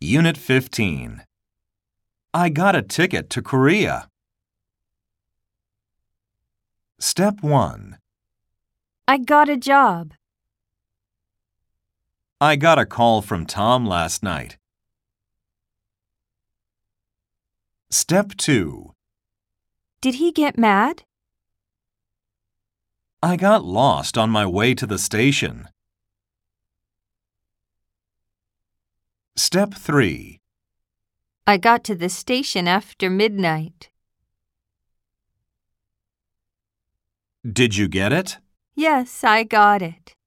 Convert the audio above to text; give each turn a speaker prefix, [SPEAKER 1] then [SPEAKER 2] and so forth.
[SPEAKER 1] Unit 15. I got a ticket to Korea. Step 1.
[SPEAKER 2] I got a job.
[SPEAKER 1] I got a call from Tom last night. Step 2.
[SPEAKER 2] Did he get mad?
[SPEAKER 1] I got lost on my way to the station. Step 3.
[SPEAKER 2] I got to the station after midnight.
[SPEAKER 1] Did you get it?
[SPEAKER 2] Yes, I got it.